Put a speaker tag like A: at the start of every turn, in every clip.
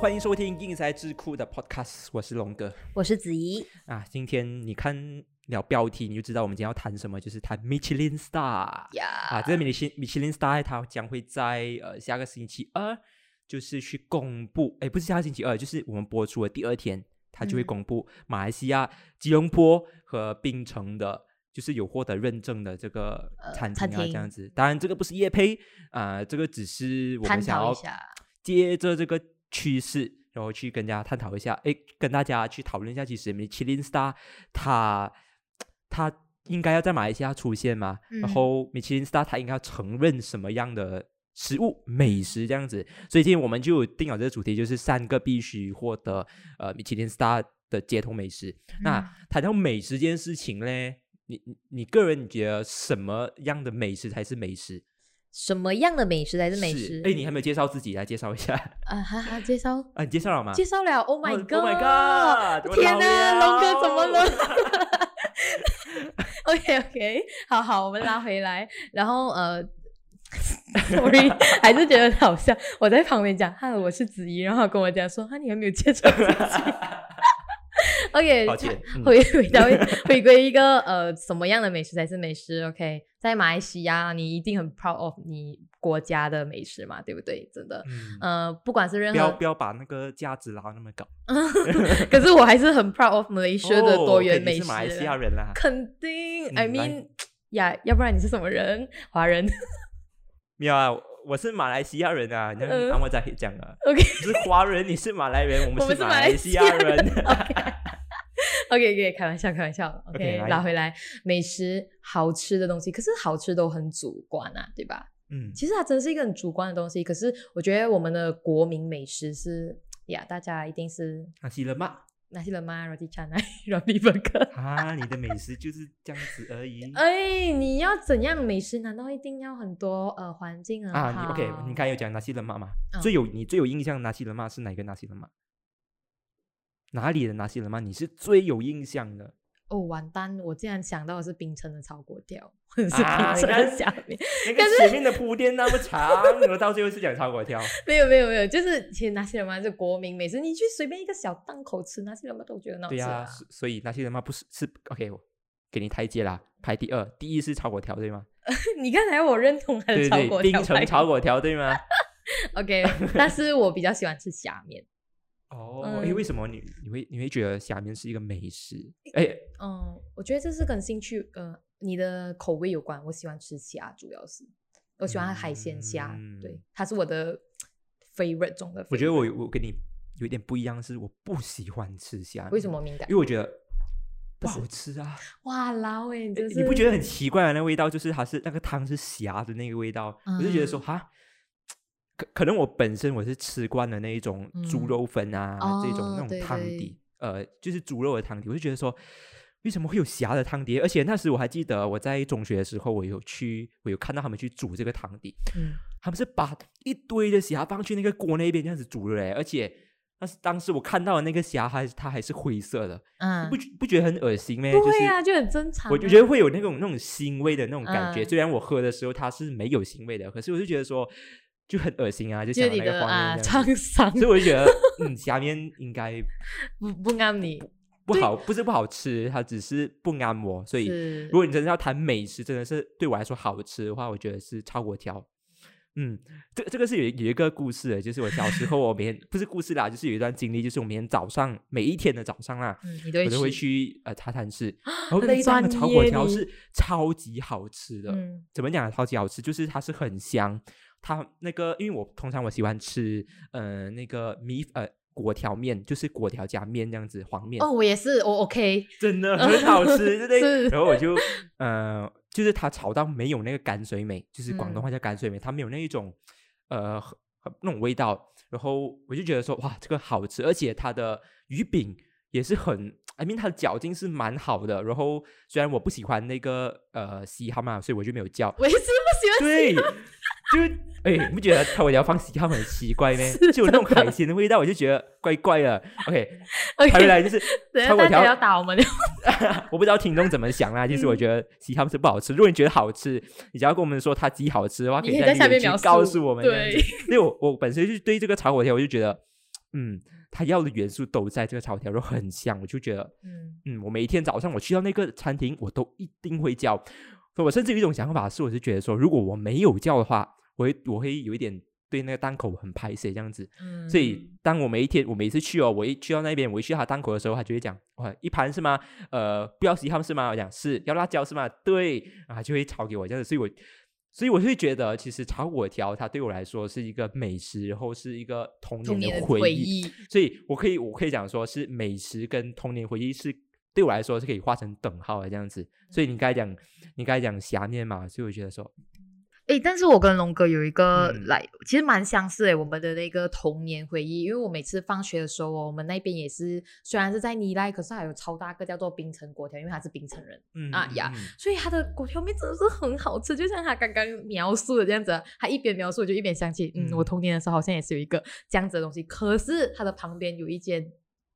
A: 欢迎收听《硬塞智库》的 Podcast，我是龙哥
B: 我是子怡，
A: 啊。今天你看了标题，你就知道我们今天要谈什么，就是谈 Michelin Star 啊。
B: 呀，
A: 这个米其米其林 Star 它将会在呃下个星期二，就是去公布，哎，不是下个星期二，就是我们播出的第二天，它就会
B: 嗯
A: 公布马来西亚吉隆坡和槟城的。就是有获得认证的这个
B: 呃
A: 餐厅
B: 餐
A: 啊，这
B: 厅
A: 样子。当然，这个不是业配啊、呃这个只是我们
B: 探
A: 想
B: 讨
A: 要
B: 一下，
A: 接着这个趋势，然后去跟大家探讨一下，诶，跟大家去讨论一下，其实米其林 star 它它应该要在马来西亚出现吗？然
B: 嗯
A: 后米其林 star 它应该要承认什么样的食物、美食这样子？所以今天我们就有定好这个主题，就是三个必须获得呃米其林 star 的街头美食。
B: 嗯
A: 那谈到美食这件事情嘞。你你你个人你觉得什么样的美食才是美食？
B: 什么样的美食才是美食？
A: 哎，你还没有介绍自己，来介绍一下
B: 啊哈哈，介绍
A: 啊？你介绍了吗？
B: 介绍了，Oh my
A: Oh my
B: god！
A: god！
B: 天
A: 哪，
B: 龙哥怎 么了 ？OK OK，好好，我们拉回来，然后 呃，sorry，还是觉得很好笑。我在旁边讲，哈，我是子怡，然后他跟我讲说，啊哈，你还没有介绍自己。OK，
A: 抱歉，嗯
B: 回回到回回归一个呃什么样的美食才是美食？OK，在马来西亚，你一定很 proud of 你国家的美食嘛，对不对？真的，
A: 嗯，
B: 呃，不管是任
A: 不要
B: 何
A: 不，要把那个价值拉那么高。
B: 可是我还是很 proud of Malaysia 的
A: 哦
B: 多
A: OK，
B: 元
A: 你
B: 美
A: 是
B: 食。
A: 马来西亚人啦，
B: 肯定，I
A: 嗯来
B: mean，呀、要不然你是什么人？华人
A: 没有啊，我我是马来西亚人啊，你看
B: 呃
A: 阿莫在讲啊，
B: ？OK，
A: 你是华人，你是马来 人，我
B: 我
A: 们
B: 们
A: 是
B: 是
A: 马
B: 马
A: 来
B: 来
A: 西
B: 西
A: 亚
B: 亚 哦
A: 人。
B: OK OK，开玩笑，开玩笑。OK，,
A: OK，来
B: 拉回来，美食好吃的东西，可是好吃都很主观啊，对吧？
A: 嗯，
B: 其实它真是一个很主观的东西。可是我觉得我们的国民美食是呀，大家一定是
A: 阿西了吗？
B: 那些人嘛，roti canai、roti burger。
A: 啊，你的美食就是这样子而已
B: 哎，你要怎样美食？难道一定要很多呃环境很好？
A: 啊。你 OK，你刚才有讲纳西了吗嘛？
B: 嗯
A: 最有你最有印象的纳西了吗？是哪个纳西了吗？哪里的纳西了吗？你是最有印象的。
B: 哦，完蛋！我竟然想到的是冰城的炒粿条， 或者是
A: 啊你
B: 冰城的
A: 看
B: 下面。
A: 那个前面的铺垫那么长，然后到最后是讲炒粿条。
B: 没有没有没有，就是其实那些人嘛是国民美食，你去随便一个小档口吃那些人嘛都觉得很好
A: 对
B: 吃
A: 呀、
B: 啊。
A: 所所以那些人嘛，不是是 OK，我给你台阶啦，排第二，第一是炒粿条对吗？
B: 你刚才我认同他的
A: 对
B: 嗯炒
A: 对
B: 粿
A: 对，
B: 条
A: 冰城
B: 派
A: 炒粿条对吗？
B: ，OK，但是我比较喜欢吃虾面。
A: 哦，诶，
B: 嗯
A: 为什么你你会你会觉得下面是一个美食？诶，
B: 嗯，我觉得这是跟兴趣，呃，你的口味有关。我喜欢吃虾，主要是我喜欢海鲜虾，对
A: 嗯，
B: 它是我的 favorite 中的 favorite。
A: 我觉得我我跟你有点不一样，是我不喜欢吃虾面，
B: 为什么？敏感
A: 因为？我觉得不好吃啊！
B: 哇，老欸诶，
A: 诶
B: 你真是
A: 你不觉得很奇怪啊？那味道就是它是那个汤是虾的那个味道，我就觉
B: 嗯
A: 得说哈。可可能我本身我是吃惯了那一种猪
B: 嗯
A: 肉粉啊，这种
B: 哦
A: 那种
B: 对
A: 汤
B: 对
A: 底，呃，就是猪肉的汤底，我就觉得说，为什么会有虾的汤底？而且那时我还记得我在中学的时候，我有去，我有看到他们去煮这个汤底，
B: 嗯
A: 他们是把一堆的虾放去那个锅那边这样子煮的嘞，而且但是当时我看到的那个虾还它还是灰色的，你
B: 嗯
A: 不，觉不觉得很恶心咩？
B: 不
A: 就是
B: 会啊，就很正常啊。
A: 我就觉得会有那种那种腥味的那种感觉。
B: 嗯
A: 虽然我喝的时候它是没有腥味的，可是我就觉得说就很恶心啊，就
B: 就
A: 想
B: 是
A: 到
B: 你
A: 那个
B: 的
A: 画
B: 啊
A: 面这样
B: 创
A: 子。
B: 伤
A: 所以我就觉得，嗯，虾面应该
B: 不不安你，
A: 不好，不是不好吃，它只是不安我。所以，
B: 是
A: 如果你真的要谈美食，真的是对我来说好吃的话，我觉得是炒粿条。嗯，这这个是有有一个故事的，就是我小时候，我每天不是故事啦，就是有一段经历，就是我每天早上每一天的早上啊啦，
B: 嗯，你都
A: 我都会
B: 会，啊
A: 去呃茶餐室，然后
B: 很
A: 那一摊的
B: 专
A: 炒粿
B: 业
A: 条
B: 你
A: 是超级好吃的。
B: 嗯
A: 怎么讲超级好吃？就是它是很香，它那个因为我通常我喜欢吃呃那个米呃粿条面，就是粿条加面这样子黄面，
B: 哦，我也是，我 OK，
A: 真的很好吃，对不对？
B: 是
A: 然后我就呃就是它炒到没有那个甘水美，就是广
B: 嗯
A: 东话叫甘水美，它没有那一种呃很很那种味道，然后我就觉得说哇这个好吃，而且它的鱼饼。也是很，I mean，它的嚼劲是蛮好的。然后虽然我不喜欢那个呃西哈嘛，所以我就没有叫。
B: 我也是不喜欢
A: 对，就哎、你不觉得他我要放喜好很奇怪 咩？
B: 是
A: 就有那种
B: 真的
A: 海鲜的味道，我就觉得怪怪的。OK，还 回
B: OK，
A: 来就是
B: 等
A: 炒
B: 下
A: 粿
B: 大
A: 条
B: 家要打我们，
A: 我不知道听众怎么想
B: 嗯
A: 啦。其实我觉得喜好是不好吃。如果你觉得好吃，你只要跟我们说它极好吃的话，
B: 你
A: 以
B: 可以在下
A: 留言
B: 面
A: 区
B: 描述
A: 告诉我们这样子。
B: 对，
A: 因为我我本身就是对这个炒粿条，我就觉得嗯，他要的元素都在这个炒条肉，很香。我就觉得，
B: 嗯，
A: 嗯，我每一天早上我去到那个餐厅，我都一定会叫。我甚至有一种想法是，我是觉得说，如果我没有叫的话，我会我会有一点对那个档口很排斥这样子。
B: 嗯
A: 所以，当我每一天我每次去哦，我一去到那边，我一去他档口的时候，他就会讲：哇，一盘是吗？呃，不要稀罕是吗？我讲是要辣椒是吗？对，啊，就会炒给我这样子。所以我，所以我会觉得，其实炒粿条它对我来说是一个美食，然后是一个童
B: 童
A: 年
B: 年
A: 的
B: 的
A: 回
B: 回
A: 忆。
B: 忆，
A: 所以我可以我可以讲说是美食跟童年回忆是对我来说是可以画成等号的这样子。所以你刚才
B: 嗯
A: 讲，你刚才讲侠面嘛，所以我觉得说，
B: 诶，但是我跟龙哥有一个
A: 嗯
B: 来，其实蛮相似诶，我们的那个童年回忆。因为我每次放学的时候哦，我们那边也是，虽然是在尼赖，可是还有超大个叫做冰城粿条，因为他是冰城人，
A: 嗯
B: 啊呀，所以他的粿条面真的是很好吃，就像他刚刚描述的这样子啊。他一边描述，我就一边想起，嗯，
A: 嗯
B: 我童年的时候好像也是有一个这样子的东西。可是它的旁边有一间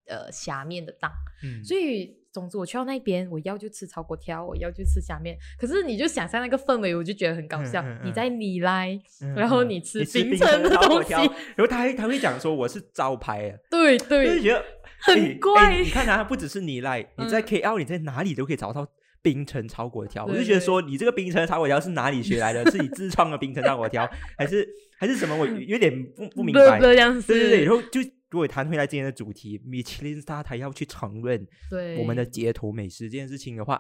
B: 呃虾面的档，
A: 嗯，
B: 所
A: 以
B: 以总之我去到那边，我要就吃炒粿条，我要就吃虾面。可是你就想象那个氛围，我就觉得很搞笑。
A: 嗯嗯嗯
B: 你在你来，
A: 嗯
B: 然后
A: 嗯
B: 你吃
A: 你吃
B: 冰
A: 冰
B: 城
A: 城
B: 的
A: 炒
B: 东
A: 粿条
B: 西
A: 然后他还他会讲说我是招牌耶，
B: 对
A: 就是
B: 对，
A: 觉得
B: 很
A: 哎哎
B: 怪
A: 你看他不只是你来，你在
B: 嗯
A: KL 你在哪里都可以找到。冰城炒粿条，我就
B: 对
A: 觉得
B: 对
A: 说你这个冰城炒粿条是哪里学来的？是你自创的冰城炒粿条，还是还是什么？我有点不不明白。
B: 这样子，
A: 对对对，然后就如果谈回来今天的主题，米其林 star 他要去承认
B: 对
A: 我们的街头美食这件事情的话，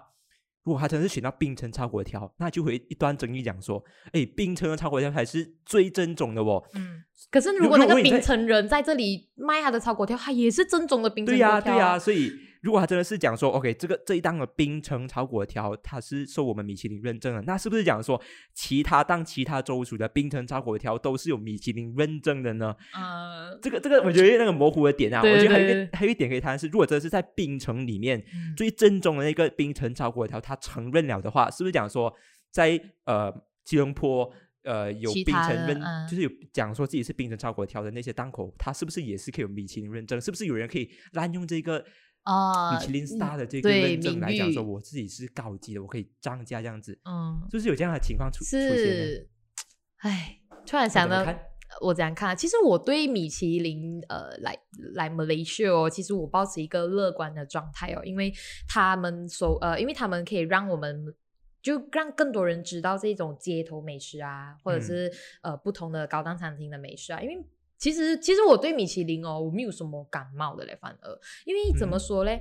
A: 如果他真的是选到冰城炒粿条，那就会一段争议讲说，哎，冰城的炒粿条才是最正宗的哦。
B: 嗯。可是
A: 如
B: 如果那
A: 如
B: 个
A: 果你在
B: 冰城人在这里卖他的炒粿条，他也是正宗的冰城
A: 对
B: 粿
A: 呀、
B: 条、啊
A: 对呀、所以如果他真的是讲说，OK，这个这一档的冰城炒粿条它是受我们米其林认证的，那是不是讲说其他档其他州属的冰城炒粿条都是有米其林认证的呢？
B: 呃，
A: 这个这个，我觉得那个模糊的点啊，
B: 对
A: 我觉得还有一
B: 对
A: 个还有一点可以谈是，如果真的是在冰城里面。
B: 嗯
A: 最正宗的那个冰城炒粿条，他承认了的话，是不是讲说在呃吉隆坡呃有
B: 其
A: 冰
B: 他
A: 城
B: 的
A: 认，
B: 嗯
A: 就是有讲说自己是冰城炒粿条的那些档口，他是不是也是可以有米其林认证？是不是有人可以滥用这个
B: 啊
A: 米其林
B: 嗯
A: star 的这个
B: 对
A: 认证
B: 名
A: 来讲说，
B: 誉
A: 我自己是高级的，我可以涨价这样子，
B: 嗯，
A: 就是有这样的情况出出现呢？
B: 是，哎，突然
A: 你
B: 想
A: 怎么
B: 到
A: 看，
B: 我怎样看啊？其实我对米其林呃来来 Malaysia 哦，其实我保持一个乐观的状态哦，因为他们所呃，因为他们可以让我们。就让更多人知道这种街头美食啊，或者
A: 嗯
B: 是、呃不同的高档餐厅的美食啊，因为其实其实我对米其林哦，我没有什么感冒的嘞，反而因为怎么
A: 嗯
B: 说嘞？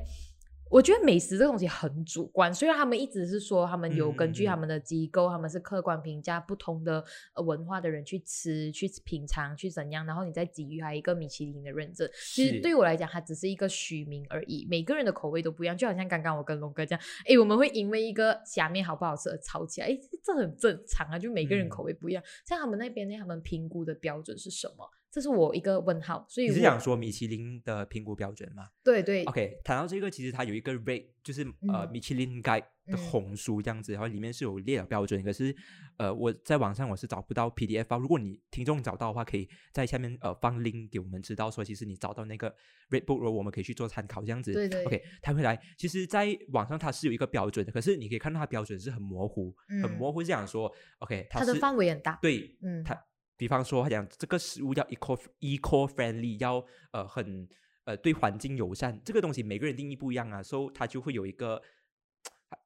B: 我觉得美食这个东西很主观，虽然他们一直是说他们有
A: 嗯嗯
B: 根据
A: 嗯
B: 他们的机构，他们是客观评价不同的呃文化的人去吃、去品尝、去怎样，然后你再给予他一个米其林的认证。其
A: 是
B: 实对我来讲，它只是一个虚名而已。每个人的口味都不一样，就好像刚刚我跟龙哥讲，诶，我们会因为一个虾面好不好吃而吵起来，诶，这很正常啊，就每个人
A: 嗯
B: 口味不一样。像他们那边呢，他们评估的标准是什么？这是我一个问号。所以
A: 你是
B: 我
A: 想说米其林的评估标准吗？
B: 对对
A: OK，谈到这个，其实它有一个 rate，就是呃
B: 嗯
A: 米其林 guide 的
B: 嗯
A: 红书这样子，然后里面是有列了标准，可是呃我在网上我是找不到 PDF 啊。如果你听众找到的话，可以在下面呃放 link 给我们知道，说其实你找到那个 rate book，我们可以去做参考这样子。
B: 对对
A: OK，谈回来，其实在网上它是有一个标准的，可是你可以看到它标准是很模糊，很
B: 嗯
A: 模糊是讲说 OK，它
B: 它的
A: 是
B: 范围很大
A: 对，
B: 嗯
A: 它比方说他讲这个食物要 eco eco friendly，要呃很呃对环境友善，这个东西每个人定义不一样啊，所以它就会有一个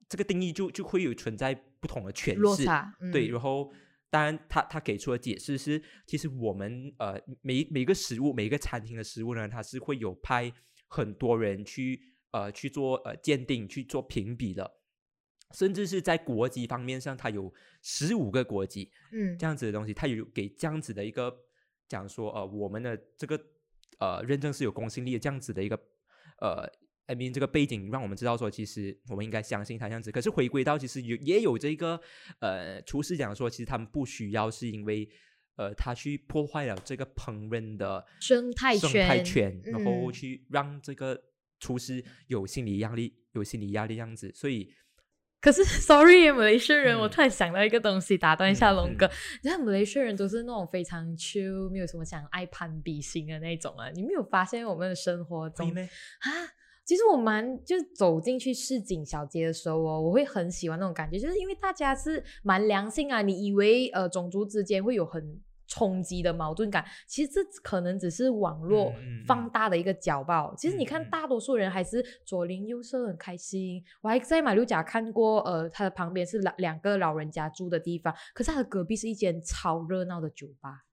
A: 这个定义就就会有存在不同的诠
B: 落
A: 释，
B: 差，嗯、
A: 对，然后。当然他，他给出的解释是，其实我们呃每每个食物，每一个餐厅的食物呢，它是会有派很多人去呃去做呃鉴定、去做评比的，甚至是在国籍方面上，它有十五个国籍，
B: 嗯
A: 这样子的东西，它有给这样子的一个讲说，呃，我们的这个呃认证是有公信力的这样子的一个呃，I mean 这个背景让我们知道说，其实我们应该相信它这样子。可是回归到其实有也有这个呃厨师讲说，其实他们不需要是因为呃他去破坏了这个烹饪的
B: 生态
A: 生态
B: 圈
A: 圈，然后
B: 嗯
A: 去让这个厨师有心理压力，有心理压力这样子，所以。
B: 可是，sorry，马 来西亚人，我
A: 嗯
B: 突然想到一个东西，打断一下
A: 嗯
B: 龙哥
A: 嗯。
B: 你看，马来西亚人都是那种非常 chill，没有什么想爱攀比心的那种啊。你没有发现我们的生活
A: 会
B: 中
A: 咩
B: 啊？其实我蛮就是走进去市井小街的时候哦，我会很喜欢那种感觉，就是因为大家是蛮良性啊。你以为呃种族之间会有很冲击的矛盾感，其实这可能只是网络
A: 嗯嗯
B: 放
A: 嗯
B: 大的一个角吧。其实你看
A: 嗯，嗯
B: 大多数人还是左邻右舍很开心。我还在马六甲看过，呃，它的旁边是老两个老人家住的地方，可是它的隔壁是一间超热闹的酒吧。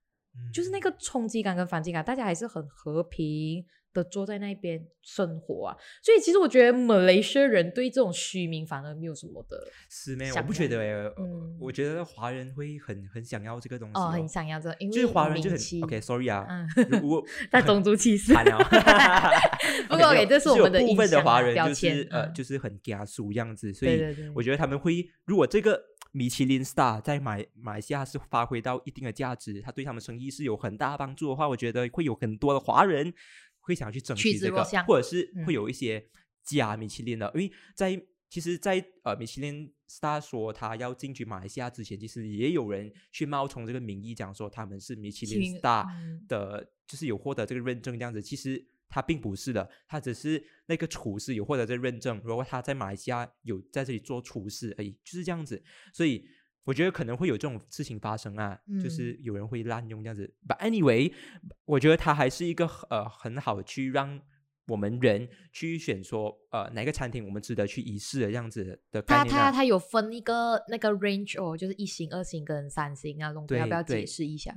B: 就是那
A: 嗯
B: 个冲击感跟反击感，大家还是很和平的坐在那边生活啊。所以其实我觉得马来西亚人对这种虚名反而没有什么的
A: 是咩？我
B: 想
A: 不觉
B: 要
A: 得诶、呃
B: 嗯
A: 我觉得华人会很很想要这个东西
B: 哦，很想要这个，因为
A: 就是华人就
B: 名
A: 很
B: 气
A: OK，sorry 啊，
B: 嗯，
A: 我
B: 带种族歧视。。
A: 惨哦 了
B: 不过
A: OK，没有
B: OK，这是
A: 就
B: 我
A: 有
B: 们的
A: 部
B: 印
A: 分的
B: 象
A: 华
B: 啊
A: 人
B: 标
A: 就是
B: 签
A: 呃，
B: 嗯
A: 就是很家属样子，所
B: 对
A: 以
B: 对对，
A: 我觉得他们会，如果这个米其林 star 在马马来西亚是发挥到一定的价值，它对他们生意是有很大帮助的话，我觉得会有很多的华人会想去争
B: 趋
A: 取
B: 之
A: 这
B: 若
A: 个
B: 鹜，
A: 或者是会
B: 嗯
A: 有一些假米其林的，因为在其实在，呃米其林 star 说他要进军马来西亚之前，其实也有人去冒充这个名义讲说他们是米其
B: 其
A: 林
B: 林
A: star
B: 嗯
A: 的，就是有获得这个认证这样子，其实。他并不是的，他只是那个厨师有获得这个认证，然后他在马来西亚有在这里做厨师而已，就是这样子。所以我觉得可能会有这种事情发生啊，
B: 嗯
A: 就是有人会滥用这样子。But anyway，我觉得它还是一个呃很好去让我们人去选说呃哪个餐厅我们值得去一试的这样子的概
B: 它
A: 念、
B: 它
A: 啊。
B: 它有分一个那个 range 哦，就是一星、二星跟三星那种，要
A: 对
B: 不要解
A: 对
B: 释一下？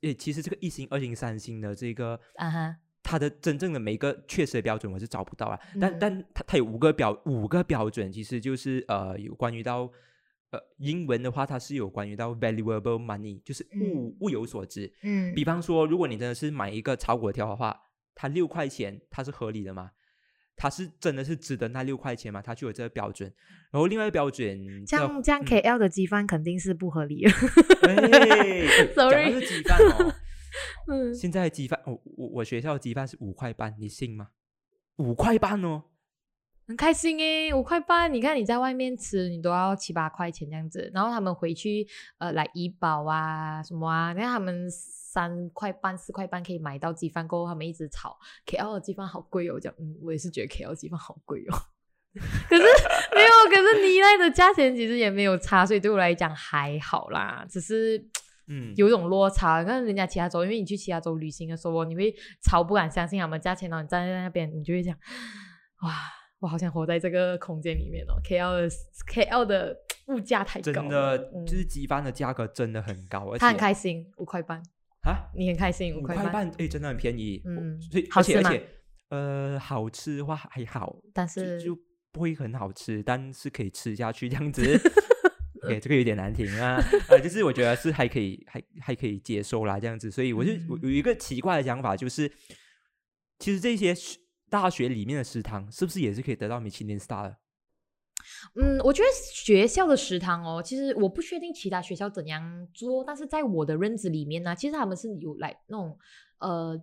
A: 诶，其实这个一星、二星、三星的这个
B: 啊哈，
A: 它的真正的每一个确实的标准我是找不到啊，但、
B: 嗯
A: 但它它有五个标五个标准，其实就是呃有关于到呃英文的话，它是有关于到 valuable money，就是物、物有所值。
B: 嗯
A: 比方说，如果你真的是买一个炒粿条的话，它六块钱，它是合理的吗？它是真的是值得那六块钱吗？它就有这个标准。然后另外一个标准
B: 这
A: 叫，
B: 样 这样
A: 嗯
B: KL 的鸡饭肯定是不合理的。
A: 哎哎讲的
B: Sorry
A: 是鸡饭 哦。
B: 嗯，
A: 现在鸡饭，哦我我我学校鸡饭是五块半，你信吗？五块半哦，
B: 很开心诶，五块半，你看你在外面吃，你都要七八块钱这样子，然后他们回去呃来怡宝啊什么啊，你看他们三块半四块半可以买到鸡饭，过后他们一直吵 KL 的鸡饭好贵哦，我讲嗯，我也是觉得 KL 鸡饭好贵哦， 可是没有，可是尼奈的价钱其实也没有差，所以对我来讲还好啦，只是。
A: 嗯，
B: 有一种落差。那人家其他州，因为你去其他州旅行的时候，你会超不敢相信他们价钱，然后你站在那边，你就会想，哇，我好想活在这个空间里面哦。KL 的 KL 的物价太高
A: 真
B: 了，
A: 的
B: 嗯
A: 就是鸡饭的价格真的很高，而且
B: 他很开心，五块半，
A: 啊，
B: 你很开心，
A: 五
B: 块
A: 块半，哎，真的很便宜，我
B: 嗯
A: 所以
B: 好
A: 而且
B: 吃
A: 而
B: 吗
A: 且呃，好吃的话还好，
B: 但
A: 就是就不会很好吃，但是可以吃下去这样 子。OK，这个有点难听啊，呃，就是我觉得是还可以，还还可以接受啦，这样子。所以我就我
B: 嗯
A: 有一个奇怪的想法，就是其实这些食大学里面的食堂是不是也是可以得到米其林 star 的？
B: 嗯，我觉得学校的食堂哦，其实我不确定其他学校怎样做，但是在我的认知里面呢，其实他们是有来那种呃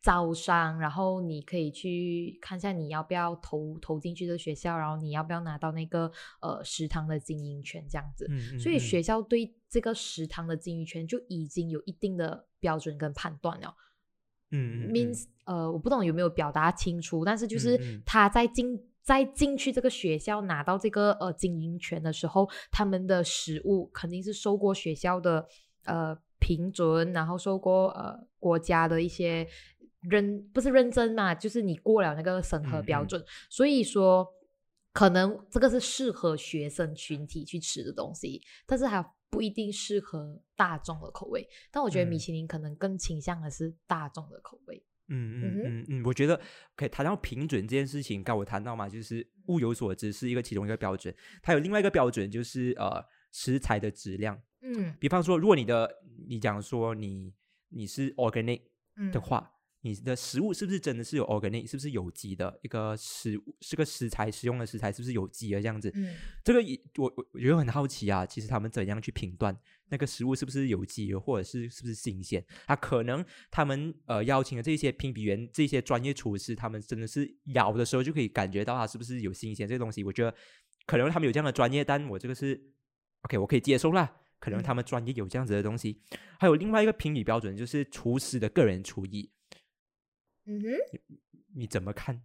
B: 招商，然后你可以去看一下你要不要投投进去这个学校，然后你要不要拿到那个呃食堂的经营权这样子。
A: 嗯，嗯
B: 所以
A: 嗯
B: 学校对这个食堂的经营权就已经有一定的标准跟判断了。
A: 嗯嗯嗯
B: means 呃，我不懂有没有表达清楚，但是就
A: 嗯
B: 是
A: 嗯
B: 他在进在进去这个学校拿到这个呃经营权的时候，他们的食物肯定是受过学校的呃评准，然后受过呃国家的一些认不是认真嘛，就是你过了那个审核
A: 嗯
B: 标
A: 嗯
B: 准，所以说可能这个是适合学生群体去吃的东西，但是它不一定适合大众的口味。但我觉得米
A: 嗯
B: 其林可能更倾向的是大众的口味。
A: 嗯
B: 嗯
A: 嗯
B: 哼
A: 嗯嗯，我觉得可以谈到平准这件事情，刚我谈到嘛，就是物有所值是一个其中一个标准，它有另外一个标准就是呃食材的质量。
B: 嗯
A: 比方说，如果你的你讲说你你是 organic
B: 嗯
A: 的话，你的食物是不是真的是有 organic，是不是有机的一个食物，是个食材使用的食材是不是有机的这样子？
B: 嗯
A: 这个也我我我觉得很好奇啊，其实他们怎样去评断那个食物是不是有机，或者是是不是新鲜？啊，可能他们呃邀请的这些评比员、这些专业厨师，他们真的是咬的时候就可以感觉到它是不是有新鲜这个东西。我觉得可能他们有这样的专业，但我这个是 OK，我可以接受啦。可能
B: 嗯
A: 他们专业有这样子的东西，还有另外一个评比标准就是厨师的个人厨艺，
B: 嗯哼，
A: 你怎么看？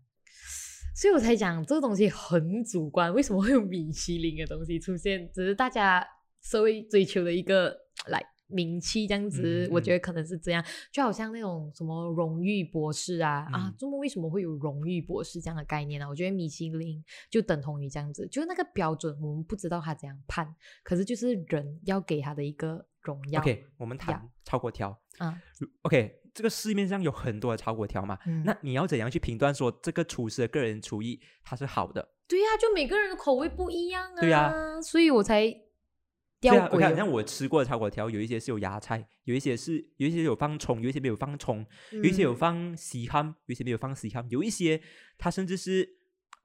B: 所以我才讲这个东西很主观，为什么会有米其林的东西出现？只是大家社会追求的一个来名气这样子，
A: 嗯
B: 我觉
A: 嗯
B: 得可能是这样，就好像那种什么荣誉博士啊、啊
A: 嗯，
B: 中国为什么会有荣誉博士这样的概念呢、我觉得米其林就等同于这样子，就是那个标准我们不知道他怎样判，可是就是人要给他的一个荣耀。
A: OK，我们
B: 要
A: 谈炒粿条。
B: 啊，
A: 如 OK，这个市面上有很多的炒粿条嘛，
B: 嗯
A: 那你要怎样去评断说这个厨师的个人厨艺它是好的？
B: 对呀、就每个人的口味不一样啊，
A: 对呀
B: 所以我才吊
A: 对啊，我
B: 诡
A: 看
B: 哦、
A: 像我吃过的炒粿条，有一些是有芽菜，有一些是有一些有放葱，有一些没有放葱，有一些有
B: 嗯
A: 放西汉，有一些没有放西汉，有一些它甚至是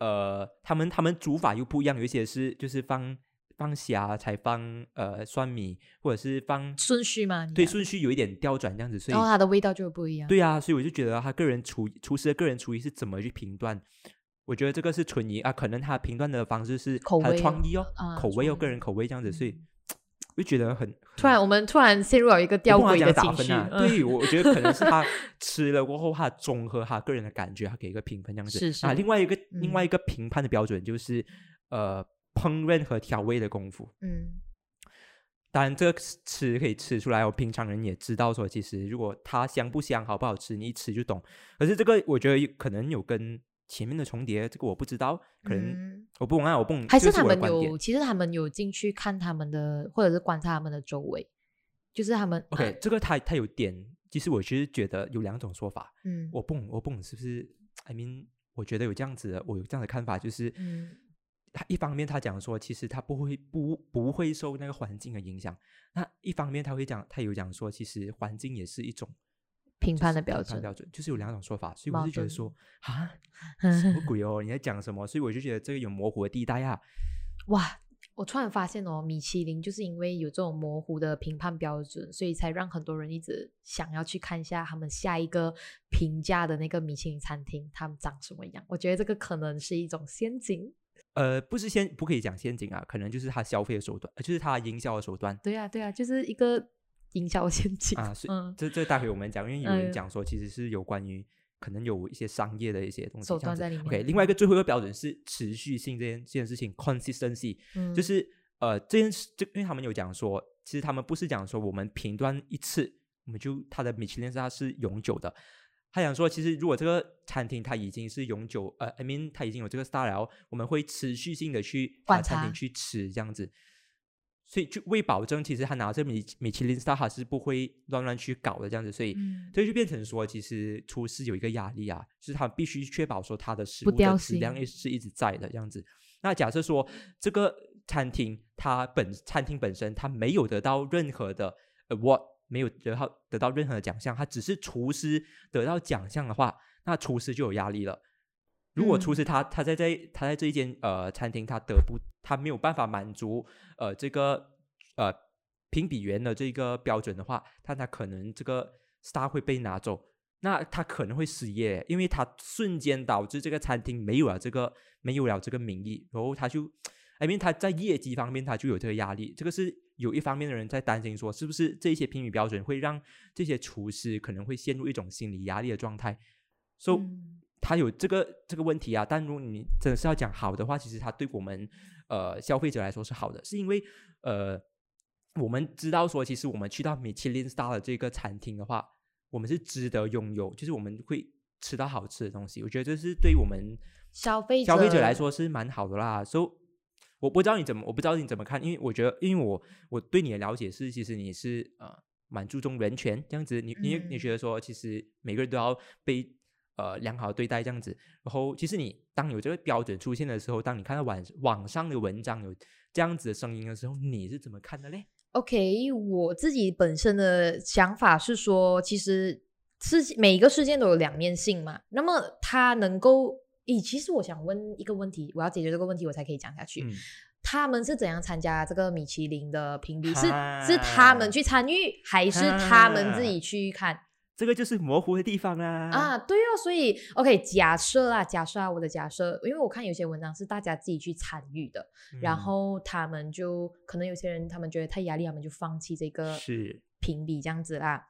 A: 呃，他们他们煮法又不一样，有一些是就是放放虾才放呃蒜米，或者是放
B: 顺序哦嘛，你
A: 对
B: 讲
A: 顺序有一点调转这样子，所以
B: 然后它的味道就会不一样。
A: 对啊，所以我就觉得他个人厨厨师的个人厨艺是怎么去评断？我觉得这个是存疑啊，可能他评断的方式是
B: 口
A: 他的
B: 味
A: 创意哦，
B: 啊
A: 口味哦，
B: 创
A: 个
B: 意
A: 人口味这样子，所以
B: 嗯
A: 我就觉得很
B: 突然，我们突然陷入了一个
A: 我
B: 吊
A: 不好
B: 诡
A: 讲
B: 的
A: 打
B: 情
A: 分
B: 绪。
A: 啊。
B: 嗯
A: 对，我我觉得可能是他吃了过后，他综合他个人的感觉，他给一个评分这样子。
B: 是是
A: 啊，另外一个、另外
B: 嗯
A: 一个评判的标准就是呃烹饪和调味的功夫。
B: 嗯
A: 当然，这个吃吃可以吃出来，我平常人也知道说，其实如果它香不香、好不好吃，你一吃就懂。可是这个我觉得有可能有跟前面的重叠，这个我不知道，可能
B: 嗯
A: 我不懂啊，我不懂，
B: 还
A: 这个
B: 是他
A: 我的
B: 们
A: 观点
B: 有，其实他们有进去看他们的，或者是观察他们的周围，就是他们
A: OK，、
B: 啊
A: 这个它它有点，其实我其实觉得有两种说法，
B: 嗯
A: 我不懂，我不懂是不是？I mean，我觉得有这样子的，我有这样的看法，就是，
B: 嗯
A: 他一方面他讲说，其实他不会不不会受那个环境的影响；那一方面他会讲，他有讲说，其实环境也是一种
B: 评
A: 就
B: 判
A: 是
B: 的标准
A: 标准，就是有两种说法，所以我
B: 矛
A: 就觉得
B: 盾嗯
A: 说啊，什么鬼哦，你在讲什么？所以我就觉得这个有模糊的地带啊。
B: 哇，我突然发现哦，米其林就是因为有这种模糊的评判标准，所以才让很多人一直想要去看一下他们下一个评价的那个米其林餐厅，他们长什么样。我觉得这个可能是一种陷阱。
A: 呃，不是陷，不可以讲陷阱啊，可能就是他消费的手段，呃就是他营销的手段。
B: 对啊，对啊，就是一个营销陷阱
A: 啊，所以
B: 嗯，
A: 这这待会我们讲，因为有
B: 哎
A: 人
B: 呦
A: 讲说其实是有关于可能有一些商业的一些东西
B: 手
A: 这样
B: 段
A: 子
B: 在里
A: OK，
B: 面嗯
A: 另外一个最后一个标准是持续性这件这件事情，consistency，、
B: 嗯
A: 就是呃这件事，就因为他们有讲说，其实他们不是讲说我们评断一次，我们就它的米其林它是永久的。他想说，其实如果这个餐厅它已经是永久，呃，I mean 它已经有这个 star 了，我们会持续性的去把
B: 观
A: 餐
B: 察
A: 厅去吃这样子。所以就为保证，其实他拿着米米其林 star 他是不会乱乱去搞的这样子，所以、
B: 嗯
A: 所以就变成说，其实厨师有一个压力啊，就是他必须确保说他的食
B: 不
A: 物的
B: 掉
A: 质量
B: 星
A: 也是一直在的这样子。那假设说这个餐厅它本餐厅本身它没有得到任何的 award，没呃有得到得到任何的奖项，它只是厨师得到奖项的话，那厨师就有压力了。如果厨
B: 嗯
A: 师他他在在他在这一间呃餐厅他得不他没有办法满足呃这个呃评比员的这个标准的话，那他可能这个 star 会被拿走，那他可能会失业，因为他瞬间导致这个餐厅没有了这个没有了这个名义，然后他就，哎，因为他在业绩方面他就有这个压力，这个是有一方面的人在担心说，是不是这些评比标准会让这些厨师可能会陷入一种心理压力的状态，so、
B: 嗯
A: 他有这个这个问题啊，但如果你真的是要讲好的话，其实它对我们呃消费者来说是好的，是因为呃我们知道说，其实我们去到米其林 star 的这个餐厅的话，我们是值得拥有，就是我们会吃到好吃的东西。我觉得这是对我们
B: 消费
A: 消费者
B: 者
A: 来说是蛮好的啦。所、以我不知道你怎么，我不知道你怎么看，因为我觉得，因为我我对你的了解是，其实你是呃蛮注重人权这样子，你你你
B: 嗯
A: 觉得说，其实每个人都要被呃良好地对待这样子。然后，其实你当有这个标准出现的时候，当你看到网网上的文章有这样子的声音的时候，你是怎么看的嘞？
B: OK，我自己本身的想法是说，其实事情每一个事件都有两面性嘛。那么它能够，咦，其实我想问一个问题，我要解决这个问题，我才可以讲下去。
A: 嗯，
B: 他们是怎样参加这个米其林的评比？是
A: 哈
B: 是他们去参与，还是他们自己去看？
A: 这个就是模糊的地方啦。
B: 啊，对哦，所以 OK，假设啊，假设啊，我的假设，因为我看有些文章是大家自己去参与的，
A: 嗯，
B: 然后他们就可能有些人他们觉得太压力，他们就放弃这个
A: 是
B: 评比这样子啦。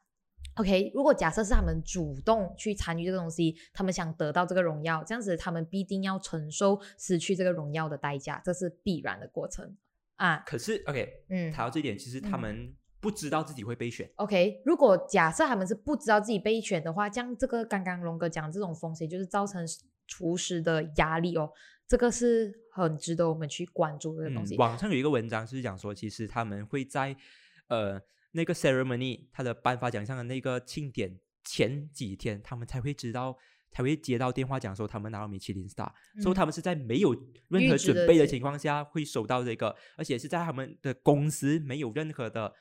B: OK，如果假设是他们主动去参与这个东西，他们想得到这个荣耀，这样子他们必定要承受失去这个荣耀的代价，这是必然的过程啊。
A: 可是 OK，
B: 嗯，
A: 谈到这一点，其实他
B: 嗯
A: 们不知道自己会被选。
B: OK，如果假设他们是不知道自己被选的话，像这个刚刚龙哥讲这种风险，就是造成厨师的压力哦，这个是很值得我们去关注的东
A: 嗯，
B: 西。
A: 网上有一个文章是讲说，其实他们会在呃那个 ceremony 他的颁发奖项的那个庆典前几天，他们才会知道，才会接到电话讲说他们拿到米其林 star，、所以
B: 嗯
A: 他们是在没有任
B: 预
A: 何
B: 知的
A: 准备的
B: 情
A: 情况下会收到这个，而且是在他们的公司没有任何的。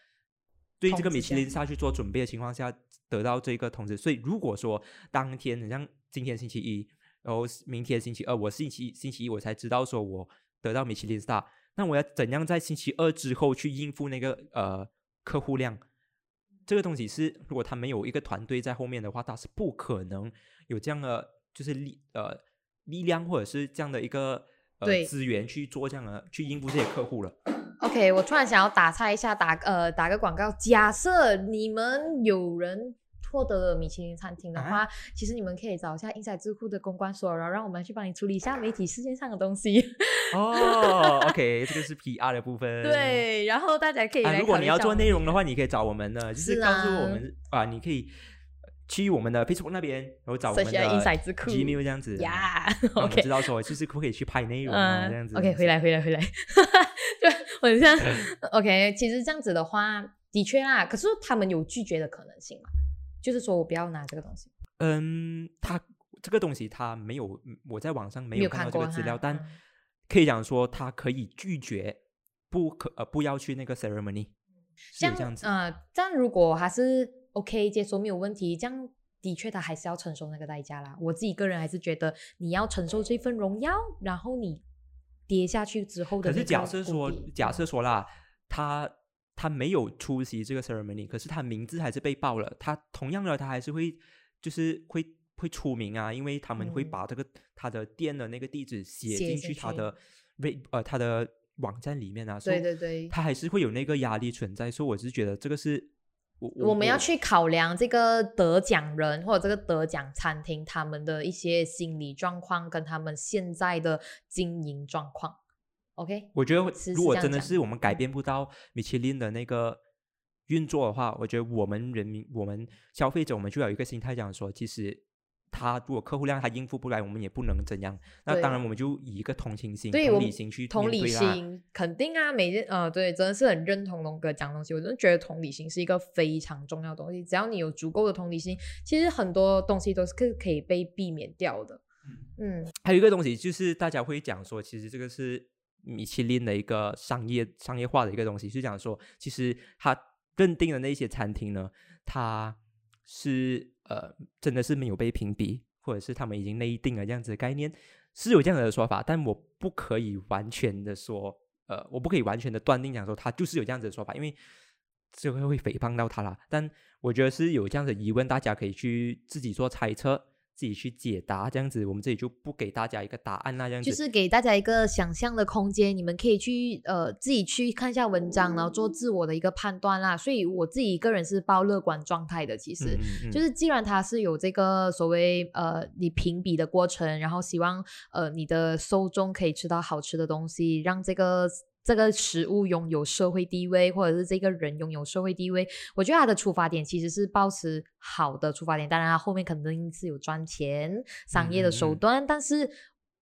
A: 对这
B: 通
A: 个米
B: 知
A: 其
B: 下
A: 林 star 去做准备的情况下，得到这个通知。所以如果说当天，很像今天星期一，然后是明天星期二，我星期星期一我才知道说我得到米其林 star，那我要怎样在星期二之后去应付那个呃客户量？这个东西是如果他没有一个团队在后面的话，他是不可能有这样的就是力呃力量或者是这样的一个
B: 对
A: 呃资源去做这样的去应付这些客 户了。
B: OK，我突然想要打岔一下，打呃打个广告。假设你们有人获得了米其林餐厅的话，
A: 啊
B: 其实你们可以找一下英仔智库的公关所，然后让我们去帮你处理一下媒体事件上的东西。
A: 哦，OK，这个是 PR 的部分。。
B: 对，然后大家可以来、
A: 嗯啊，如果你要做内容的，话，你可以找我们的，就是是告诉
B: 啊
A: 我们啊你可以去我们的 Facebook 那边，然后找我们的
B: Search 下 Inside 智库
A: Gmail 这样子，
B: 呀
A: 让我们
B: ，OK，
A: 知道说就是可不可以去拍啊内容啊、
B: 嗯
A: 这样子。
B: OK，回来回来回来， 对我很像 OK。其实这样子的话，的确啦，可是他们有拒绝的可能性嘛？就是说我不要拿这个东西，
A: 嗯，它这个东西它没有，嗯我在网上没
B: 没
A: 有
B: 有
A: 看
B: 看
A: 到这
B: 过
A: 个资料，
B: 哈
A: 但
B: 嗯
A: 可以讲说它可以拒绝，不可呃不要去那个 ceremony，是有这样子。
B: 呃，但如果还是 OK 接受没有问题，这样的确他还是要承受那个代价啦。我自己个人还是觉得你要承受这份荣耀，然后你跌下去之后的
A: 可
B: 那个谷
A: 是假设
B: 底。
A: 说，假
B: 嗯
A: 设说啦，他他没有出席这个 ceremony，可是他名字还是被报了，他同样的他还是会就是会会出名啊，因为他们会
B: 嗯
A: 把这个、他的店的那个地址写
B: 写
A: 进
B: 进
A: 去他
B: 去
A: 的 re 呃他的网站里面啊，所
B: 对
A: 以
B: 对对
A: 他还是会有那个压力存在，所以我是觉得这个是我
B: 我们要去考量这个得奖人或者这个得奖餐厅他们的一些心理状况跟他们现在的经营状况。OK，
A: 我觉得
B: 是
A: 如
B: 是
A: 果
B: 这样
A: 真的
B: 讲
A: 是我们改
B: 嗯
A: 变不到米其林的那个运作的话，我觉得我们人民、我们消费者，我们就要有一个心态，讲说，其实他如果客户量他应付不来，我们也不能怎样。那
B: 对
A: 当然，我们就以一个同情心、
B: 对
A: 同
B: 我
A: 理
B: 们
A: 心去
B: 同
A: 面
B: 理
A: 对啦。
B: 心肯定啊，每件呃对，真的是很认同龙哥讲的东西。我真的觉得同理心是一个非常重要的东西，只要你有足够的同理心，其实很多东西都是可可以被避免掉的。嗯，
A: 还有一个东西就是大家会讲说，其实这个是米其林的一个商业商业化的一个东西，是讲说，其实他认定的那些餐厅呢，它是呃真的是没有被屏蔽，或者是他们已经内定了这样子的概念，是有这样的说法，但我不可以完全的说，呃，我不可以完全的断定讲说他就是有这样子的说法，因为这个会诽谤到他啦。但我觉得是有这样的疑问，大家可以去自己做猜测，自己去解答，这样子我们这里就不给大家一个答案啦，这样子。
B: 就是给大家一个想象的空间，你们可以去呃自己去看一下文章，然后做自我的一个判断啦。所以我自己个人是抱乐观状态的，其实。
A: 嗯嗯嗯
B: 就是既然它是有这个所谓呃你评比的过程，然后希望呃你的受众可以吃到好吃的东西，让这个。这个食物拥有社会地位，或者是这个人拥有社会地位，我觉得他的出发点其实是保持好的出发点。当然，他后面肯定是有赚钱、商业的
A: 嗯
B: 手
A: 嗯嗯
B: 段，但是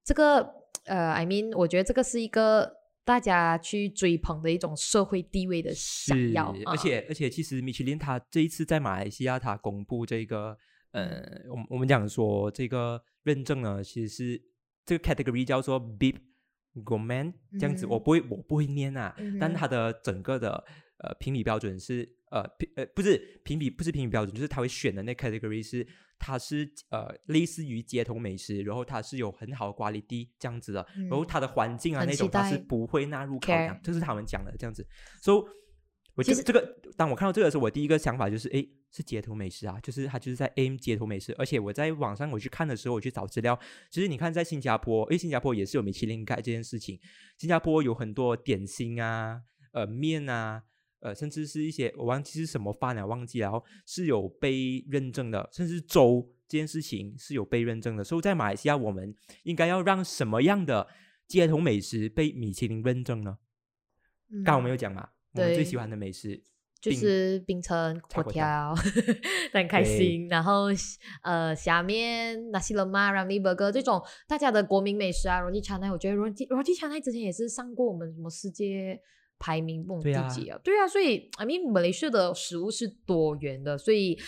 B: 这个呃，I mean，我觉得这个是一个大家去追捧的一种社会地位的想要
A: 是，
B: 啊
A: 而且而且，其实米其林它这一次在马来西亚，它公布这个，呃，我们我们讲说这个认证呢，其实是这个 category 叫做 Bib Gourmand 这样子，
B: 嗯
A: 我不会我不会念啊，
B: 嗯
A: 但
B: 哼
A: 它的整个的呃评比标准是呃评呃不是评比不是评比标准，就是它会选的那 category 是它是呃类似于街头美食，然后它是有很好的管理地这样子的，然后
B: 嗯
A: 它的环境啊
B: 很
A: 那
B: 期
A: 种它是
B: 待
A: 不会纳入考量
B: Care，
A: 这是他们讲的这样子，所、以。我
B: 其
A: 其
B: 实
A: 实这个，当我看到这个的时候，我第一个想法就是，诶，是街头美食啊，就是它就是在 aim 街头美食。而且我在网上我去看的时候，我去找资料，其实你看在新加坡，因为新加坡也是有米其林盖这件事情，新加坡有很多点心啊、呃面啊、呃甚至是一些我忘记是什么饭啊，忘记了，是有被认证的，甚至粥这件事情是有被认证的。所以在马来西亚，我们应该要让什么样的街头美食被米其林认证呢？刚刚我们有讲嘛，我们最
B: 对
A: 喜欢的美食
B: 就
A: 冰
B: 是冰城
A: 炒
B: 粿
A: 粿
B: 条， 很开心。然后呃，虾面、纳西冷嘛、Ramly Burger 这种大家的国民美食啊，罗记茶奶，我觉得罗记罗记茶奶之前也是上过我们什么世界排名不懂
A: 对
B: 第
A: 啊
B: 几啊？对啊，所以 I mean 马来西亚的食物是多元的，所以。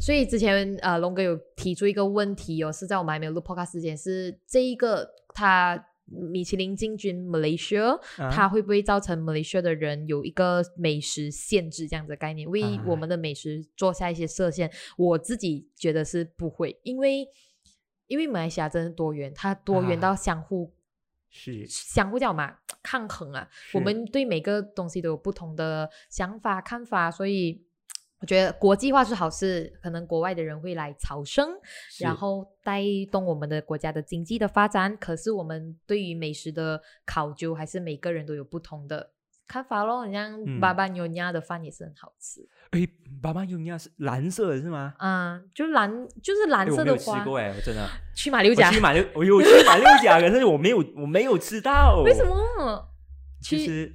B: 所以之前呃，龙哥有提出一个问题哦，是在我们还没有录 podcast 之前，是这一个他米其林进军 Malaysia，
A: 啊
B: 它会不会造成 Malaysia 的人有一个美食限制这样子的概念，为
A: 啊
B: 我们的美食做下一些设限？我自己觉得是不会，因为因为马来西亚真的多元，它多元
A: 啊
B: 到相互、
A: 是
B: 相互叫嘛抗衡啊。我
A: 是
B: 们对每个东西都有不同的想法看法，所以。我觉得国际化是好事，可能国外的人会来朝圣，然
A: 是
B: 后带动我们的国家的经济的发展。可是我们对于美食的考究，还是每个人都有不同的看法咯。你像
A: 嗯
B: 巴巴牛亚的饭也是很好吃
A: 诶，巴巴尤尼亚是蓝色的是吗？
B: 啊、就蓝就是蓝
A: 诶我
B: 色
A: 没
B: 的
A: 有吃
B: 花。
A: 过哎，我真的。
B: 去马六甲
A: 我去？买六，我有去买六甲，可是我没有，我没有吃到。
B: 为什？么
A: 其
B: 去
A: 实，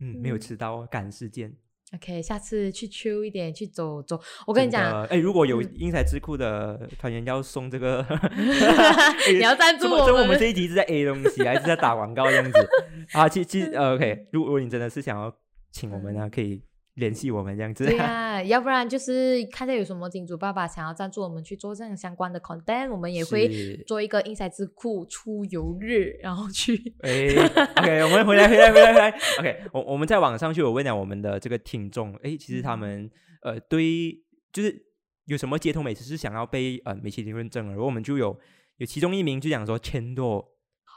A: 嗯，没有
B: 嗯
A: 吃到哦，赶时间。
B: ？OK，下次去 chill 一点，去走走。我
A: 我
B: 跟你讲，
A: 哎，如果有
B: 嗯
A: 英才智库的团员要送这个
B: ，你要赞助
A: 我们。所以我
B: 我
A: 们
B: 们
A: 这一集是在 A 东 西，还是在打广告这样子啊？其其
B: 嗯
A: 实呃 OK，如果你真的是想要请我们呢，啊可以联系我们这样子。
B: 对呀、要不然就是看下有什么金主爸爸想要赞助我们去做这样相关的 content，我们也会
A: 是
B: 做一个 inside 智库出游日，然后去
A: 哎，OK，我们回来，回来，回来，回 来。OK，我我们在网上就有问了我们的这个听众，哎，其实他们
B: 嗯
A: 呃对，就是有什么街头美食是想要被呃米其林认证的，然后我们就有有其中一名就讲说千多，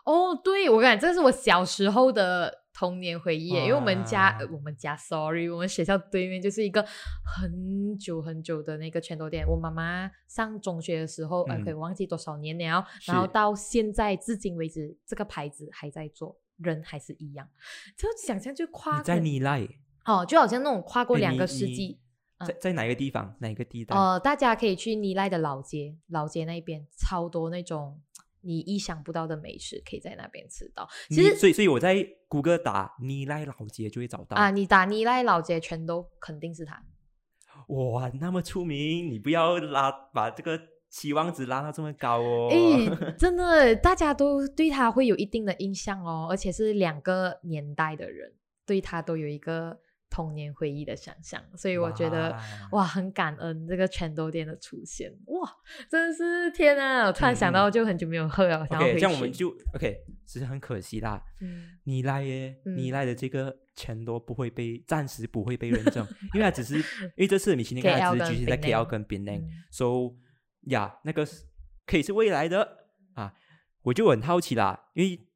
B: 哦，对，我感觉这是我小时候的童年回忆耶，因为我们家，呃
A: 哇
B: 我们家，sorry，我们学校对面就是一个很久很久的那个拳头店。我妈妈上中学的时候，呃，可以
A: 嗯
B: 忘记多少年了，然后
A: 是
B: 到现在至今为止，这个牌子还在做。人还是一样，就想象就跨
A: 你在
B: 过
A: 你赖，
B: 哦，就好像那种跨过
A: 哎
B: 两
A: 你
B: 个世
A: 你
B: 纪，啊
A: 在在哪一个地方，哪一个地带？
B: 呃，大家可以去尼赖的老街，老街那边超多那种你意想不到的美食，可以在那边吃到。其
A: 你
B: 实
A: 所以所以我在谷歌打尼赖老街就会找到
B: 啊，。你打尼赖老街全都肯定是它。
A: 哇，那么出名，你不要拉把这个期望值拉到这么高哦。
B: 诶，真的，大家都对它会有一定的印象哦，而且是两个年代的人对它都有一个童年回忆的想象，所以我觉得。
A: 哇
B: 哇，很感恩这个全豆店的出现，哇，真的是天啊！我突然想
A: 嗯嗯
B: 到，就很久没有喝了，想要回
A: ，OK，
B: 去。
A: 这样我们就 OK，其实很可惜啦。
B: 嗯
A: 尼赖耶，尼
B: 嗯
A: 赖的这个钱都不会被暂时不会被认证，因为它只 是因为这次的米其林
B: KL
A: 它只
B: 跟
A: 是局限在
B: Penang
A: KL 跟 Penang，
B: 嗯
A: so 呀，那个是可以是未来的啊，我就很好奇啦，因为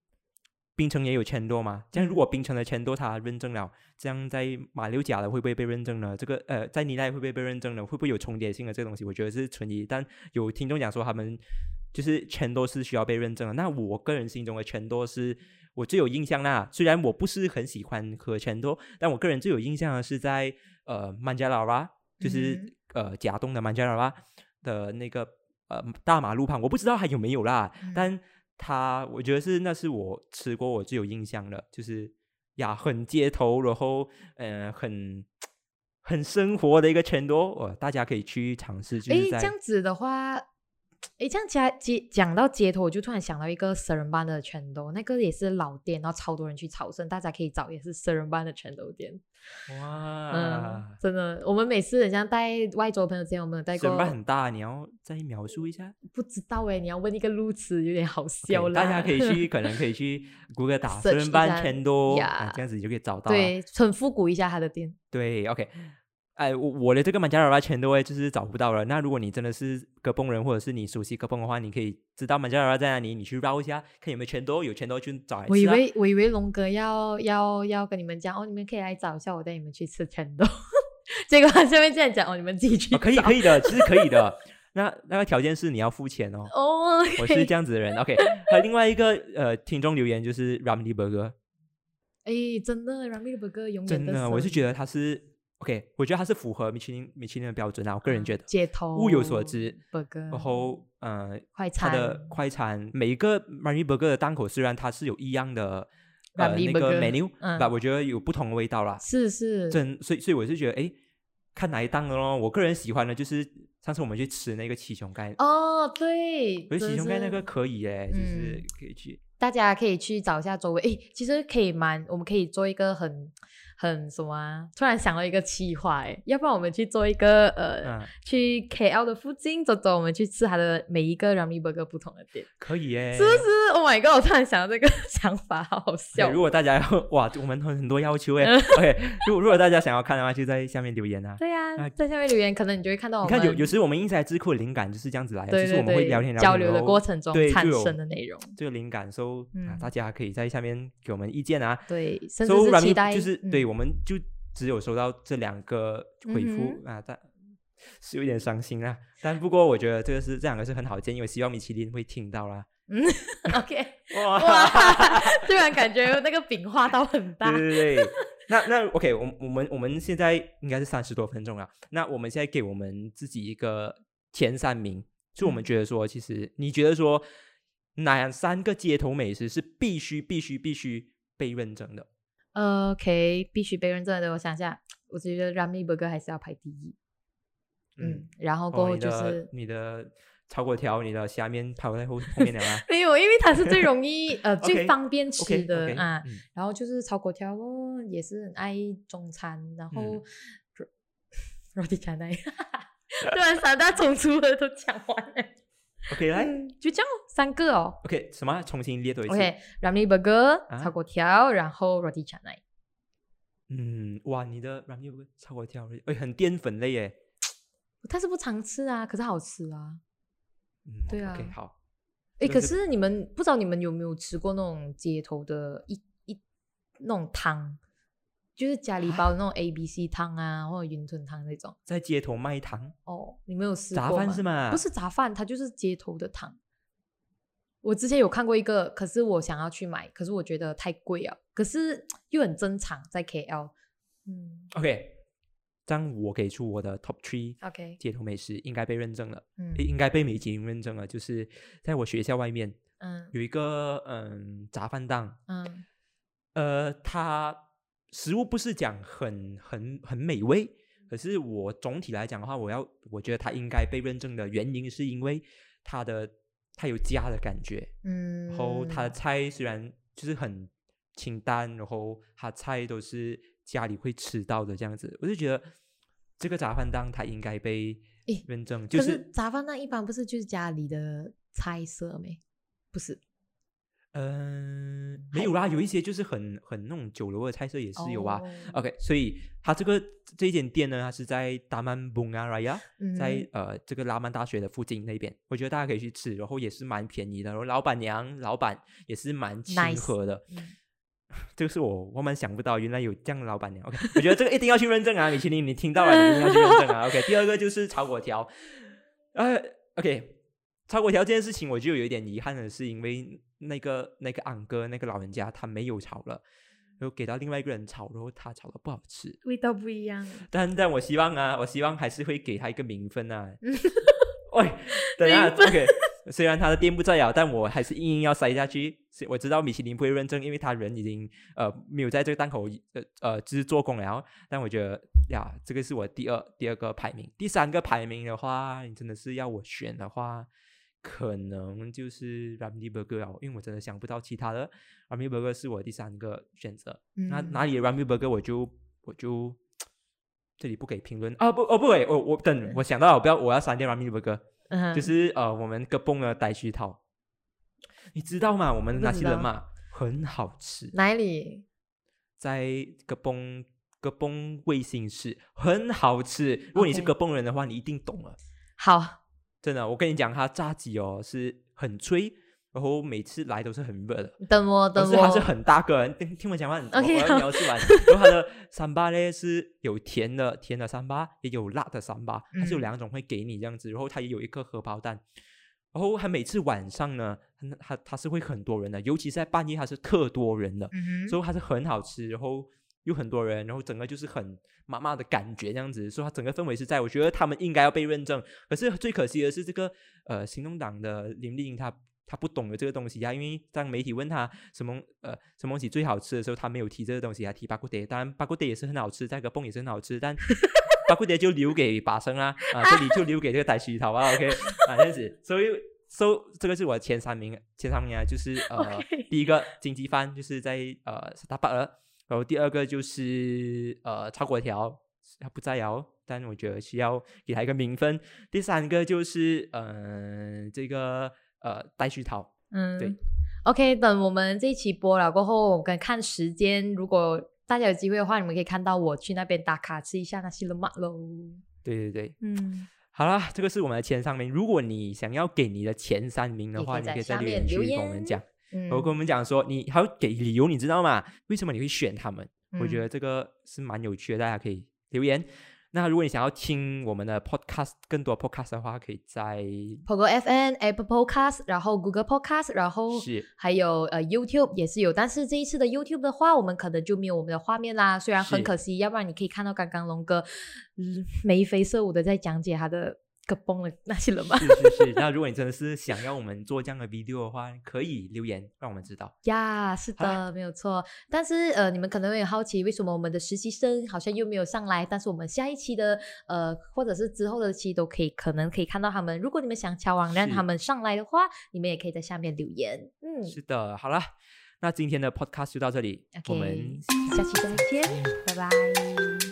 A: 槟城也有钱多嘛，这样如果槟城的钱多它认证了，这样在马六甲的会不会被认证呢？这个呃，在尼赖会不会被认证呢？会不会有重叠性的这个东西？我觉得是存疑，但有听众讲说他们就是全都是需要被认证的。那我个人心中的全都是我最有印象啦，虽然我不是很喜欢喝全都，但我个人最有印象的是在呃曼加拉拉，就是、
B: 嗯
A: 呃甲东的曼加拉拉的那个呃大马路旁，我不知道还有没有啦，
B: 嗯
A: 但它我觉得是那是我吃过我最有印象的，就是呀很街头，然后呃很。很生活的一个全都，呃，大家可以去尝试。就
B: 诶，
A: 是在
B: 这样子的话，诶，这样讲街讲到街头，我就突然想到一个神人班的拳头，那个也是老店，然后超多人去朝圣，大家可以找，也是神人班的拳头店。嗯
A: 哇，，
B: 真的，我们每次很像带外州朋友之前，我们有带过
A: 啊神，班很大，你要再描述一下。
B: 不知道诶，你要问一个路痴，有点好
A: OK，
B: 笑啦。
A: 大家可以 去，可能可以去谷歌打
B: Search
A: 神
B: 一
A: 班
B: 下
A: 全都，
B: 呀
A: 啊这样子你就可以找到啊。
B: 对，很复古一下他的店。
A: 对，OK。哎，我我的这个马加拉拉全都会就是找不到了。那如果你真的是戈崩人，或者是你熟悉戈崩的话，你可以知道马加拉拉在哪里，你去绕一下，看有没有全都，有全都去找来吃、啊。
B: 我以为我以为龙哥要要要跟你们讲哦，你们可以来找一下，我带你们去吃拳头。 结果他下面这样讲哦，你们自己去、
A: 哦、可以可以的，其实可以的。那那个条件是你要付钱 哦。
B: 哦，
A: 我
B: 可以
A: 是这样子的人，OK。还有另外一个呃，听众留言就是 Ramly Burger，
B: 哎，真的 r a m i r Burger 永远
A: 真
B: 的
A: 的，我是
B: 神
A: 觉得它是 OK，我觉得它是符合米其林米其林的标准啊，我个人
B: 啊
A: 觉得。
B: 街头
A: 物有所值
B: Burger，
A: 然后呃，
B: 快
A: 它
B: 餐
A: 的快餐每一个 m a r i Burger 的档口虽然它是有一样的呃
B: Ramly
A: 那个
B: burger，
A: menu，
B: 嗯
A: 吧、我觉得有不同的味道啦。
B: 是是，
A: 真，所以所以我是觉得，哎，看哪一档的咯。我个人喜欢的就是上次我们去吃那个七雄盖，
B: 哦，对，
A: 我觉得七
B: 真
A: 雄盖那
B: 是
A: 个可以诶，就是
B: 嗯
A: 可以去。
B: 大家可以去找一下周围，诶，其实可以蛮，我们可以做一个很很什么啊？突然想到一个企划，诶，要不然我们去做一个呃，
A: 嗯，
B: 去 KL 的附近走走，我们去吃它的每一个 Ramly Burger 不同的店，
A: 可以诶。
B: 是不是？Oh my god！我突然想到这个 想法，好好
A: 对
B: 笑
A: 如。果大家要哇，我们很很多要求诶。OK，如果如果大家想要看的话，就在下面留言啊。
B: 对呀、
A: 那
B: 嗯在下面留言，可能你就会看到我
A: 你
B: 们
A: 看有有时我们硬塞智库的灵感就是这样子来的，
B: 对
A: 就是
B: 对
A: 我们会
B: 对
A: 聊天聊天
B: 交流
A: 然
B: 的
A: 后
B: 过程中
A: 对就
B: 产
A: 有
B: 生的内容。
A: 这个灵感，so 啊，
B: 嗯
A: 大家可以在下面给我们意见啊。
B: 对，甚
A: so
B: 至是
A: Rami
B: 期待
A: 就是
B: 嗯
A: 对，我们就只有收到这两个回复
B: 嗯
A: 啊，但是有点伤心啊。但不过我觉得这个是这两个是很好的建议，我希望米其林会听到啦。
B: OK，
A: 哇，
B: 哇，突然感觉那个饼画到很大
A: 对。对对。那那 OK，我们我们我们现在应该是三十多分钟了。那我们现在给我们自己一个前三名，就我们
B: 嗯
A: 觉得说，其实你觉得说哪三个街头美食是必须必须必须被认证的？
B: 呃 OK，必须被认证的。我想一下，我觉得 Rami Burger 还是要排第一。嗯，，然后过
A: 哦，
B: 后
A: 你
B: 就
A: 的
B: 是、
A: 你的炒粿条，你的虾面排在后后面了 啊
B: 没有，因为它是最 容易呃
A: OK，
B: 最方便吃
A: ，OK
B: 的
A: OK，
B: 啊。
A: 嗯
B: 然后就是炒粿条哦，也是很爱中餐，然后
A: 嗯
B: r o t i c a n 突然三大种族的都讲完了，
A: ，OK 来
B: 嗯，就这样哦三个哦。
A: ，OK 什么？重新列多一次。
B: OK，Ramly Burger
A: 啊
B: 炒粿条，然后 Roti Canai。
A: 嗯，哇，你的 r a m y 炒粿条，哎，很淀粉类耶。
B: 但是不常吃啊，可是好吃啊。
A: 嗯，
B: 对啊
A: o k 好，
B: 诶，
A: 这
B: 可
A: 个是
B: 是你们不知道你们有没有吃过那种街头的一一那种汤，就是家里
A: 啊
B: 包的那种 A B C 汤啊，或者云吞汤那种。
A: 在街头卖糖
B: 哦，你没有吃
A: 杂
B: 过
A: 饭是吗？
B: 不是杂饭，它就是街头的汤。我之前有看过一个，可是我想要去买，可是我觉得太贵了，可是又很珍藏在 KL。嗯
A: ，OK。这样我给出我的 top three
B: ，OK，
A: 街头美食应该被认证了，
B: 嗯
A: 诶应该被美其林认证了。就是在我学校外面
B: 嗯
A: 有一个嗯杂饭档，
B: 嗯
A: 呃，它食物不是讲很很很美味，可是我总体来讲的话，我要我觉得它应该被认证的原因是因为它的它有家的感觉，
B: 嗯，
A: 然后它的菜虽然就是很清淡，然后它菜都是家里会吃到的这样子，我就觉得这个杂饭档它应该被
B: 诶
A: 认证，就
B: 可
A: 是
B: 是杂饭那一般不是就是家里的菜色没？不是，
A: 嗯、呃
B: 还
A: 没有啦，有一些就是很很那种酒楼的菜色也是有啊，
B: 哦
A: OK，所以它这个这一间店呢，它是在达曼布阿拉亚，在、
B: 嗯
A: 呃这个拉曼大学的附近那边，我觉得大家可以去吃，然后也是蛮便宜的，然后老板娘、老板也是蛮亲
B: Nice
A: 和的。
B: 嗯
A: 这个是我万万想不到，原来有这样的老板娘。OK，我觉得这个一定要去认证啊，米其林，你听到了，你一定要去认证 啊。OK，第二个就是炒粿条，呃，OK，炒粿条这件事情我就有一点遗憾的是，因为那个那个昂哥那个老人家他没有炒了，然后给到另外一个人炒，然后他炒的不好吃。
B: 味道不一样。
A: 但但我希望啊，我希望还是会给他一个名分啊。 喂，等一下
B: 嗯名分
A: ，OK。虽然他的店不在了，但我还是硬硬要塞下去。是我知道米其林不会认证，因为他人已经呃没有在这个档口呃呃就是做工了。但我觉得呀，这个是我第二第二个排名。第三个排名的话，你真的是要我选的话，可能就是 Ramly Burger 了，因为我真的想不到其他的。Ramly Burger 是我第三个选择。那
B: 嗯
A: 哪里的 Ramly Burger 我就我就这里不给评论啊不哦不给我我等我想到了我不要我要删掉 Ramly Burger，、
B: 嗯
A: 就是呃我们个崩的呆须套，你知道吗？我们
B: 不
A: 那
B: 知
A: 些人
B: 道
A: 嘛很好吃，
B: 哪里？
A: 在个崩个崩卫星市很好吃，如果你是
B: OK
A: 个崩人的话，你一定懂了。
B: 好，
A: 真的，我跟你讲，它炸鸡哦是很脆，然后每次来都是很热的。
B: 等我
A: 但呃
B: 等
A: 是
B: 我。
A: 它是很大个，听听我讲完
B: OK，
A: 我我
B: 好
A: 要描述完。然后它的 三巴呢是有甜的甜的三巴，也有辣的三巴，它是有
B: 嗯
A: 两种会给你这样子。然后它也有一颗荷包蛋。然后它每次晚上呢，它它它是会很多人的，尤其是在半夜，它是特多人的，
B: 嗯哼
A: 所以它是很好吃，然后有很多人，然后整个就是很妈妈的感觉这样子，所以它整个氛围是在，我觉得他们应该要被认证。可是最可惜的是，这个呃行动党的林丽英她他不懂得这个东西呀、因为当媒体问他什么呃什么东西最好吃的时候，他没有提这个东西，他提巴古爹。当然，巴古爹也是很好吃，在个蹦也是很好吃，但巴古爹就留给巴生啦，啊，这里就留给这个傣西桃啊，OK，啊 这样子，所以。so 这个是我的前三名，前三名啊，就是呃
B: OK
A: 第一个经济饭就是在呃大巴尔，然后第二个就是呃炒粿条，他不在窑，但我觉得需要给他一个名分。第三个就是嗯、呃、这个呃带须桃，
B: 嗯，
A: 对。
B: OK，等我们这一期播了过后，我们看时间，如果大家有机会的话，你们可以看到我去那边打卡吃一下那些了嘛喽。
A: 对对对。
B: 嗯，
A: 好啦，这个是我们的前三名。如果你想要给你的前三名的
B: 也可以
A: 话，你
B: 在
A: 可以在
B: 下
A: 留言
B: 面
A: 区
B: 留
A: 跟我们
B: 言
A: 讲，
B: 嗯
A: 然后跟我们讲说你还要给理由，你知道吗？为什么你会选他们？我觉
B: 嗯
A: 得这个是蛮有趣的，大家可以留言。那如果你想要听我们的 podcast 更多 podcast 的话，可以在
B: Pogo FN、Apple Podcast，然后 Google Podcast，然后
A: 是
B: 还有呃 YouTube 也是有，但是这一次的 YouTube 的话，我们可能就没有我们的画面啦，虽然很
A: 是
B: 可惜，要不然你可以看到刚刚龙哥嗯眉飞色舞的在讲解他的个崩的那些了嘛。
A: 是是是。那如果你真的是想要我们做这样的 video 的话，可以留言让我们知道。
B: 呀是
A: 好啦
B: 的，没有错。但是呃，你们可能会很好奇，为什么我们的实习生好像又没有上来？但是我们下一期的呃，或者是之后的期都可以，可能可以看到他们。如果你们想乔网让
A: 是
B: 他们上来的话，你们也可以在下面留言。嗯，
A: 是的，好啦，那今天的 podcast 就到这里我们
B: OK，下期再见，拜拜。